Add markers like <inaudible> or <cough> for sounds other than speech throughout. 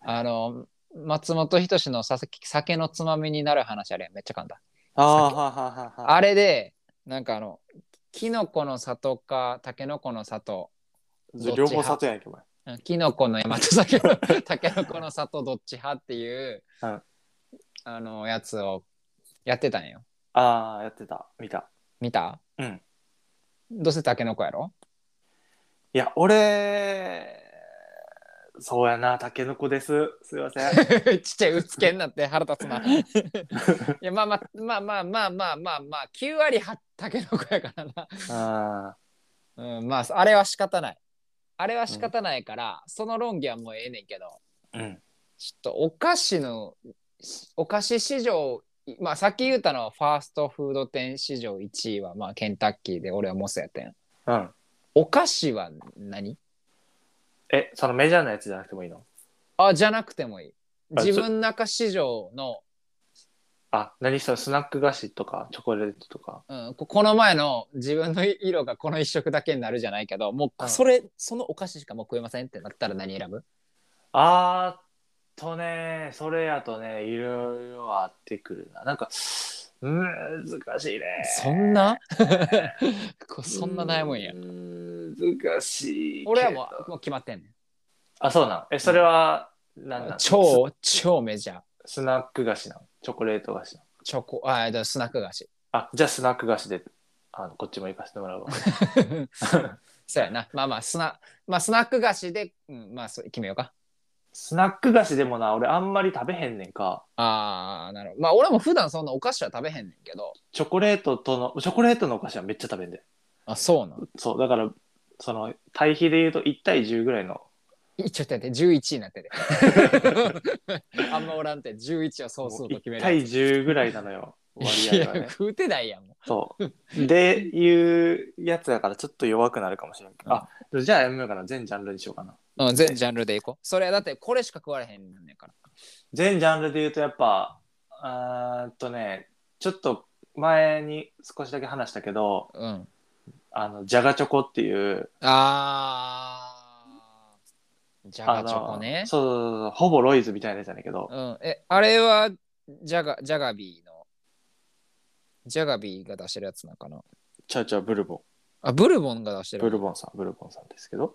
あの松本人志のさ酒のつまみになる話あれめっちゃ簡単ああ、はははは。あれでなんかあのキノコの里かタケノコの里どっち両方里やんけ、お前。うんキノコの山と酒 <laughs> のタケノコの里どっち派っていう、うんあのやつをやってたんよああ、やってた。見た。見たうんどうせタケノコやろ <laughs> いや、俺、そうやな、タケノコです。すいま <laughs> せん。ちっちゃいうつけになって腹立つ <laughs> な。いやまあまあまあまあまあまあまあまあ9割はタケノコやからな。あうんまああれは仕方ない。あれは仕方ないから、その論議はもうええねんけどあ、うん。ちょっとお菓子のお菓子市場まあさっき言ったのはファーストフード店市場1位はまあケンタッキーで俺はモスやったやん。うん。お菓子は何え、そのメジャーなやつじゃなくてもいいのあじゃなくてもいい。あ自分の中市場のあ、何そのスナック菓子とか、チョコレートとか。うん、ここの前の自分の色がこの一色だけになるじゃないけどもううんそれ、そのお菓子しかもう食えませんってなったら何選ぶあーとね、それやとね、いろいろあってくるな。なんか、うん難しいね。そんな <laughs> こそんな悩むんやうん難しいけど。俺はもうもう決まってんねあ、そうなん。え、それは、なんなんん超超メジャーススナック菓子なのチョコレート菓子なのチョコあえっとスナック菓 <laughs> 子あ、じゃあスナック菓子で、あの、こっちも行かせてもらうわ。 <laughs> そうやなまあまあスナ,、まあ、スナック菓子で、うん、まあそう決めようかスナック菓子でもな、俺あんまり食べへんねんか。ああなるほどまあ俺も普段そんなお菓子は食べへんねんけどチョコレートとの、チョコレートのお菓子はめっちゃ食べんで。あそうなのそう、だから、その、対比で言うと1対10ぐらいの。いちょっと待って11になってて <laughs> あんまおらんって11を総数と決め1る対10ぐらいな <laughs> のよ、割合がいねや。食うてないやんもそう。で、いうやつだからちょっと弱くなるかもしれんけど。あ、じゃあやめようかな。全ジャンルにしようかな。う、うん、全ジャンルでいこうそれだってこれしか食われへんねんから全ジャンルで言うとやっぱあーっとねちょっと前に少しだけ話したけどうんあのじゃがチョコっていうあーじゃあがのチョコねそうそうそうそうほぼロイズみたいなやつやねんけど、うんえあれはジャガジャガビーのジャガビーが出してるやつなんかなちゃうちゃうブルボンあブルボンが出してブるルボンさんブルボンさんですけど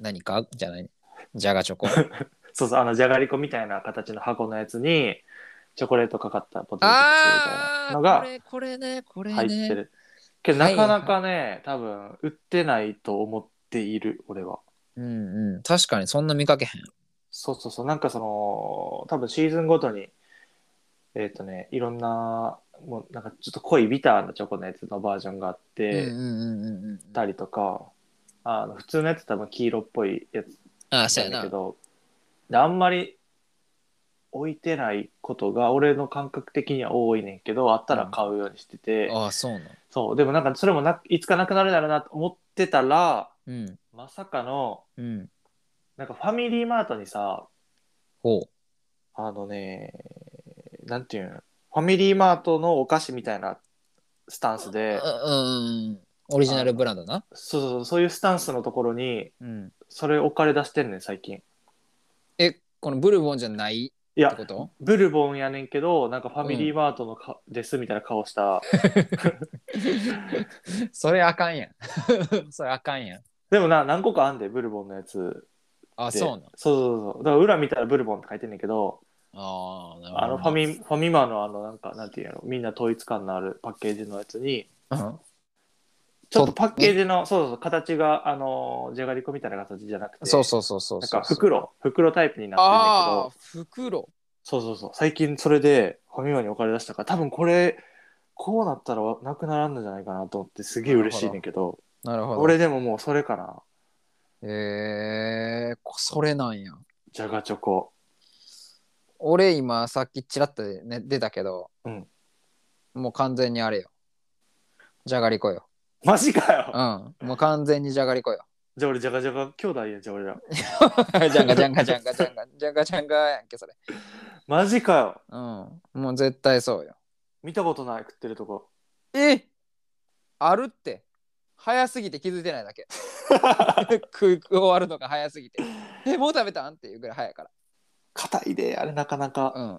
何かじゃないジャガチョコそうそうあのじゃがりこみたいな形の箱のやつにチョコレートかかったポテトチップスみたいあーなのこがれこれねこれね入ってるけどなかなかね多分売ってないと思っている俺はうんうん確かにそんな見かけへんそうそうそう、なんかその、多分シーズンごとに、えっ、とね、いろんな、もうなんかちょっと濃いビターなチョコのやつのバージョンがあって、うんうんうんうんうんたりとか、あの普通のやつ多分黄色っぽいやつあそうやなんだなけど、であんまり置いてないことが俺の感覚的には多いねんけど、あったら買うようにしてて、ああそうなのそう、でもなんかそれもないつかなくなるだろうなと思ってたら、うんまさかの、うんなんかファミリーマートにさ、ほうあのね、なんていうんファミリーマートのお菓子みたいなスタンスで、うんうんうんオリジナルブランドな。そうそうそう、そういうスタンスのところに、うん、それ置かれ出してんねん、最近。え、このブルボンじゃないいってやこ、と <laughs> ブルボンやねんけど、なんかファミリーマートのか、ですみたいな顔した。それあかん <laughs> やん。それあかんやん。でもな、何個かあんで、ブルボンのやつあ、で。そうなん。そうそうそう。だから裏見たらブルボンって書いてんねんけど、ああ、なるほど。あのファミ、ファミマのあの、なんか、なんていうんやろ、みんな統一感のあるパッケージのやつに、うんちょっとパッケージの、そうそうそう、形が、あの、じゃがりこみたいな形じゃなくて、そうそうそうそうなんそう。か袋、袋タイプになってるんああだけど、、袋。そうそうそう、最近それでファミマに置かれ出したから、多分これ、こうなったらなくならんのじゃないかなと思って、すげえ嬉しいねんけど、なるほど。俺でももうそれかな、えー、こそれなんや。じゃがチョコ。俺今さっきちらっと、ね、出たけど、うんもう完全にあれよ。じゃがりこよ。マジかよ、うん。もう完全にじゃがりこよ。 <laughs> じゃあ俺、じゃがじゃが兄弟やんじゃあ俺ら。じゃんがじゃんがじゃんがじゃんがじゃんがじゃんがやんけそれ。マジかようん。もう絶対そうよ。 <laughs> 見たことない、食ってるとこ。えあるって早すぎて気づいてない <laughs> だけ食い終わるのが早すぎてえもう食べたんっていうぐらい早いか硬いであれなかならか、うん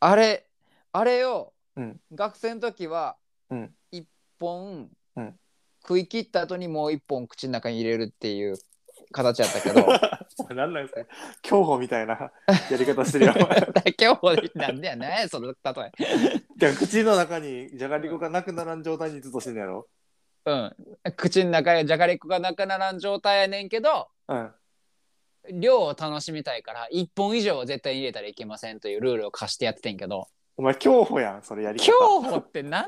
あれあれを、うん学生の時はうん一本、うん食い切った後にもう一本口の中に入れるっていう形やったけど <laughs> だなんなんですか競歩みたいなやり方 <laughs> してるよお前今日なんでやねんその例えじゃあ口の中にじゃがりこがなくならん状態にずっとしてんのやろうん、口の中やじゃがりこがなくならん状態やねんけどうん量を楽しみたいから1本以上は絶対入れたらいけませんというルールを課してやっててんけどお前競歩やんそれやり方競歩ってなん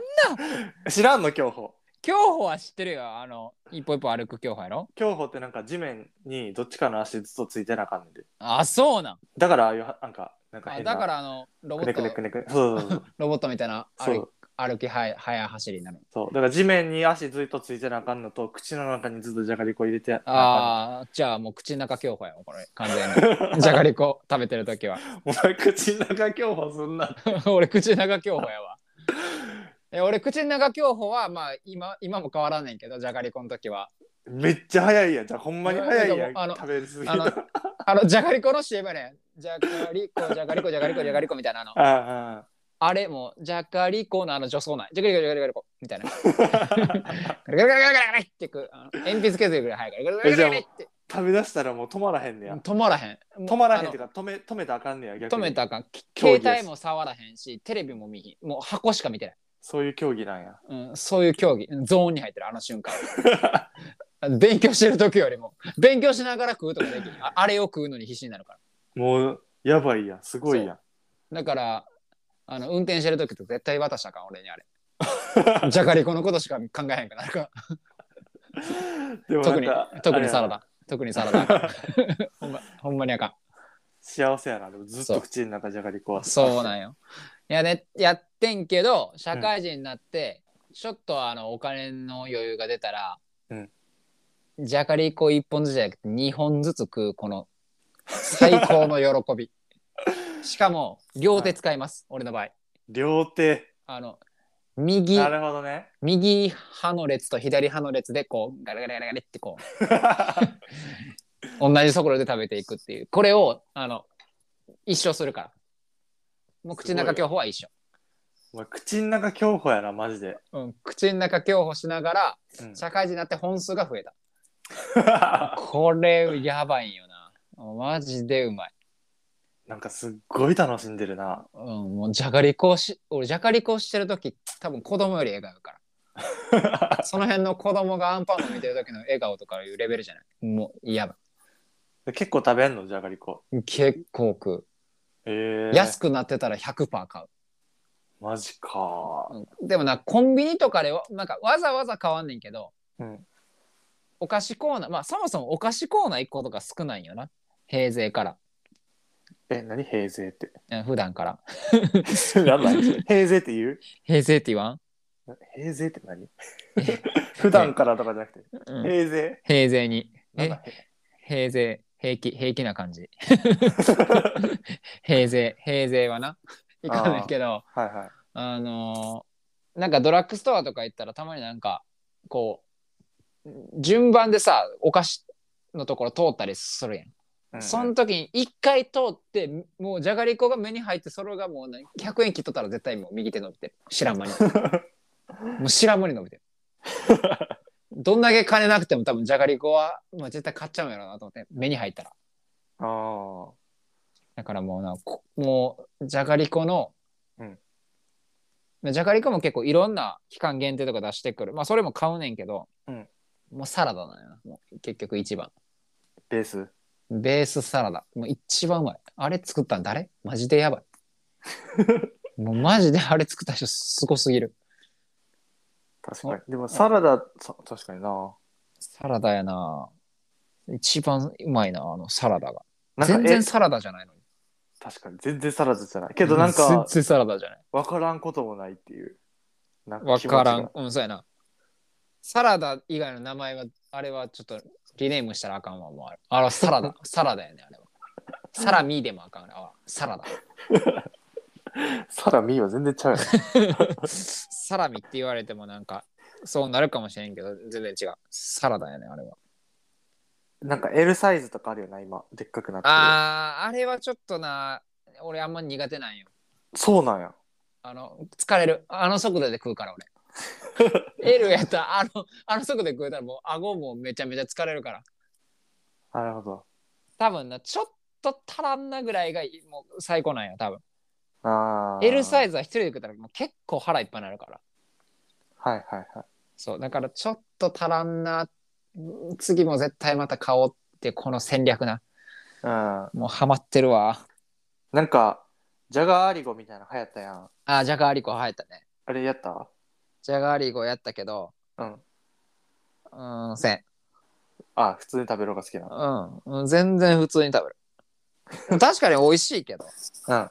知らんの競歩競歩は知ってるよあの一歩一歩歩く競歩やろ競歩ってなんか地面にどっちかの足ずっとついてなあかんねんであそうなんだからああいうはなんかなんかあ変なだからあのロボくッねくトねくねくねそうそうそうロボットみたいなそうそ歩う歩きはや速い走りになるそうだから地面に足ずっとついてなあかんのと口の中にずっとじゃがりこ入れてなああーじゃあもう口の中競歩やわこれ完全にじゃがりこ食べてる時はかんお前口の中競歩すんな俺口の中競歩やわえ俺口の中競歩はまあ今今も変わらんねんけどじゃがりこの時はめっちゃ早いやんじゃあほんまに早いやんあの食べるすぎあ <laughs> のたあのじゃがりこの CM やねんじゃがりこじゃがりこじゃがりこじゃがりこみたいなあのあああれもうじゃがりこのあの女装ないじゃがりこじゃがりこじゃがりこみたいなガリガリガリガリガリガリってくあの鉛筆削るぐらい早いからガリガリガリガリって食べ出したらもう止まらへんねや止まらへん止まらへんってあいうか止め止めたらあかんねや逆のに止めたらあかんき競携技です帯も触らへんしテレビも見ひんもう箱しか見てない、そういう競技なんやうん、そういう競技うんゾーンに入ってるあの瞬 <laughs> 間勉強してる時よりも勉強しながら食うとかできるああれを食うのに必死になるからもうやばいやんすごいやんだからあの運転してる時って絶対渡したらあかん俺にあ <laughs> れじゃがりこのことしか考えへんからなんかでもな特んにか特にサラあれやなダ特にサラダあかん <laughs> ほんまほんまにあかん幸せやなでもずっそとう口の中じゃがりこはそうやなんよ。いやね、やってんけど、社会人になって、ちょっとあのお金の余裕が出たら、うんじゃがりこ1本ずつじゃなくて2本ずつ食う、この最高の喜 <laughs> び。しかも、両手使います、俺の場合。両手あの、右、なるほどね <laughs> 右派の列と左派の列で、こう、ガラガラガラガラってこう、同じところで食べていくっていう。これを、あの、一生するから。もう口の中すご競い歩は一緒。お前口の中競歩やなマジで、うん、口の中競歩しながらうん <laughs> 社会人になって本数が増えたこれやばいんよなマジでうまい、なんかすっごい楽しんでるな <laughs> うん、もうじゃがりこし俺じゃがりこしてる時多分子供より笑顔やからその辺の子供がアンパンマン見てる時の笑顔とかいうレベルじゃないもうやば結構食べんのじゃがりこい結構食えうえ安くなってたら100%買う、マジかうんでもなコンビニとかではなんかわざわざ買わんねんけどうんお菓子コーナーまあそもそもお菓子コーナー1個とか少ないんよな平勢からえ何平成って <laughs> うん普段から何なん平成って言う平成って言わん平成っ <laughs> て何普段からとかじゃなくてうん平成平成に。なんえだ平成、平気、平気な感じ。平成、平成はな。いかないけど、はいはいあのーなんかドラッグストアとか行ったらたまになんか、こう、順番でさ、お菓子のところ通ったりするやん。うんうんその時に一回通って、もうじゃがりこが目に入って、それがもう、ね、100円切っとったら絶対もう右手伸びてる。知らん間 <laughs> に。もう知らん間に伸びてる。どんだけ金なくても多分じゃがりこは、まあ、絶対買っちゃうんやろうなと思って、目に入ったら。あだからもうな、こもうじゃがりこの、うんまあじゃがりこも結構いろんな期間限定とか出してくる。まあそれも買うねんけど、うんもうサラダなんやな。もう結局一番。ーベースベースサラダ。もう一番うまい。あれ作ったん誰マジでやば <laughs> い。もうマジであれ作った人すごすぎる。確かにでもサラダそ確かになサラダやな一番うまいな、あのサラダが。なんか全然えサラダじゃないのに。確かに全然サラダじゃないけどなん全か然サラダじゃない。分からんこともないっていうなんわ気持ちがからん。うん、そうやな。サラダ以外の名前は、あれはちょっとリネームしたらあかんわ、もうあれ。あれ <laughs> サラダ、サラダやね、あれは。サラミでもあかんあれは。サラダ。サラミーは全然ちゃうやん。 <laughs> サラミって言われてもなんかそうなるかもしれんけど全然違うサラダやねあれは <laughs> なんか L サイズとかあるよな、今。でっかくなってる。あーあれはちょっとな俺あんま苦手なんよそうなんや。あの疲れるあの速度で食う <laughs> から俺 L やったらあのあの速度で食うたらもう顎もめちゃめちゃ疲れるからなるほど。多分なちょっと足らんなぐらいがいいもう最高なんや多分ああ。 L サイズ。ズは一人で食ったらもう結構腹いっぱいになるからはいはいはい。そうだからちょっと足らんなうん次も絶対また買おうってこの戦略なうん。もうハマってるわなんか、ジャガーアリゴみたいなの流行ったやん。あージャガーアリコ生えたねあれやったジャガーアリコやったけどうん。うーんせんあ、普通に食べるのが好きなの。うんうん全然普通に食べる <laughs> 確かに美味しいけどうん。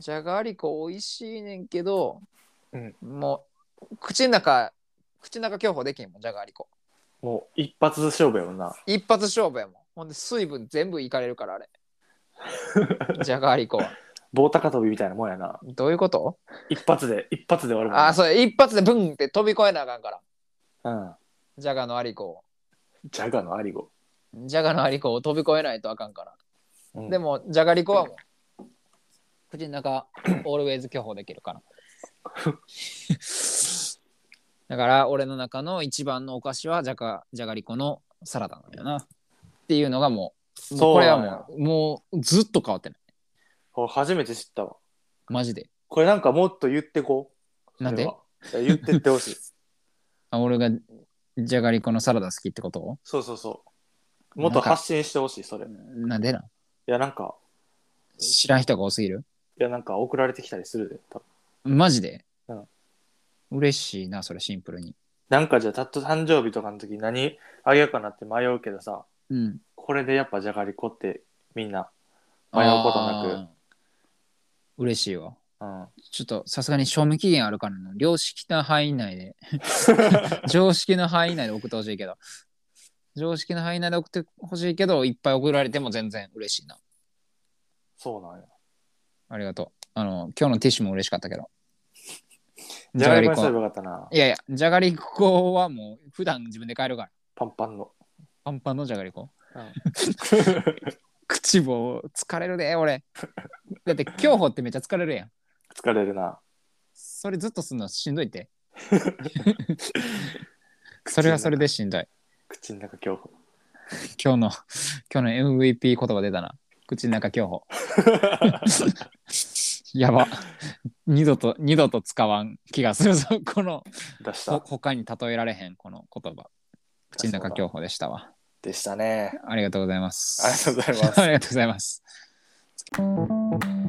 じゃがりこ美味しいねんけど、うんもう口の中口の中競歩できんもんじゃがりこもう一発勝負やもんな。一発勝負やもんほんで水分全部いかれる <laughs> からあれじゃがりこは棒高跳びみたいなもんやな。どういうこと一発で、一発で終わるもんな。あそう一発でブンって飛び越えなあかんからうん。じゃがのありこジャガのアリゴ。をじゃがのありこを飛び越えないとあかんから、うんでもじゃがりこはもう口の中 <clears throat> オールウェイズ競歩できるから <laughs> だから俺の中の一番のお菓子はじゃがじゃがりこのサラダなんだよなっていうのがもうもうそうこれなはんやもうもうずっと変わってないこれ初めて知ったわ。マジでこれなんかもっと言ってこう。なんでそれはいや言ってってほしい。あ俺がじゃがりこのサラダ好きってことそうそうそう。もっと発信してほしい、それ。いなんでなんや、なんか、知らん人が多すぎるいや、なんか送られてきたりするで、多分マジで、うん嬉しいなそれシンプルになんかじゃあ、たっと誕生日とかの時何あげようかなって迷うけどさ、うんこれでやっぱじゃがりこってみんな迷うことなく嬉しいわく、うん。ちょっとさすがに賞味期限あるからな良識な範囲内 <laughs> で常識の範囲内で送ってほしいけど常識の範囲内で送ってほしいけどいっぱい送られても全然嬉しいなそうなんや。ありがとうあの今日のティッシュも嬉しかったけどじゃがりこにすればこよかったな。いやいやじゃがりこはもう普段自分で買えるからパンパンの。パンパンのじゃがりこ <laughs> 口も疲れるで俺だって競歩ってめっちゃ疲れるやん疲れるな。それずっとすんのしんどいって <laughs> それはそれでしんどい口の中恐怖。今日の今日の MVP 言葉出たな口の中競 <laughs> 歩やば二度と二度と使わん気がするぞこの出しほた。他に例えられへんこの言葉口の中競歩でしたわでしたね。 <laughs> ありがとうございまありがすとうございます。ありがとうございます